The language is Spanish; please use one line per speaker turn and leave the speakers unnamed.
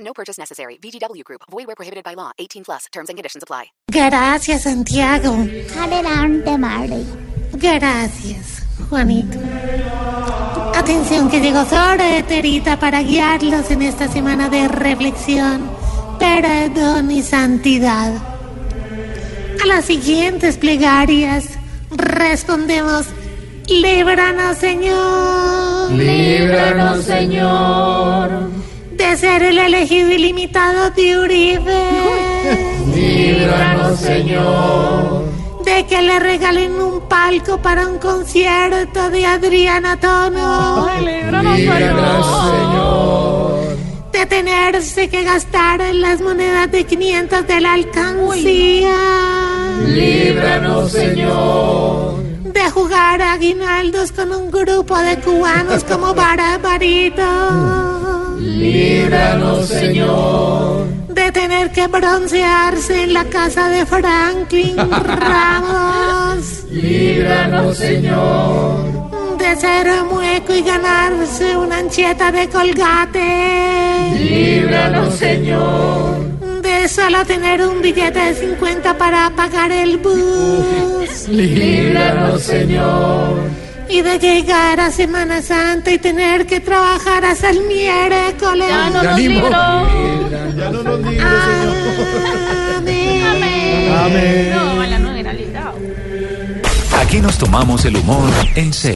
No purchase necessary. VGW Group. Void where prohibited by law. 18 plus. Terms and conditions apply.
Gracias, Santiago.
Adelante, Mari.
Gracias, Juanito. Atención que llegó Sora de Terita para guiarlos en esta semana de reflexión, perdón y santidad. A las siguientes plegarias respondemos, líbranos Señor
Líbranos, Señor.
de ser el elegido ilimitado de Uribe,
Líbranos, Señor.
de que le regalen un palco para un concierto de Adriana Tono.
Líbranos, Señor.
de tenerse que gastar en las monedas de 500 de la alcancía,
Líbranos, Señor.
de jugar aguinaldos con un grupo de cubanos como Barabarito,
Líbranos, Señor.
de tener que broncearse en la casa de Franklin Ramos,
Líbranos, Señor.
de ser mueco y ganarse una ancheta de colgate.
Líbranos, Señor.
De solo tener un billete de 50 para pagar el bus.
Líbranos, Señor.
Y de llegar a Semana Santa y tener que trabajar hasta el miércoles. Amén.
Aquí nos tomamos el humor en serio.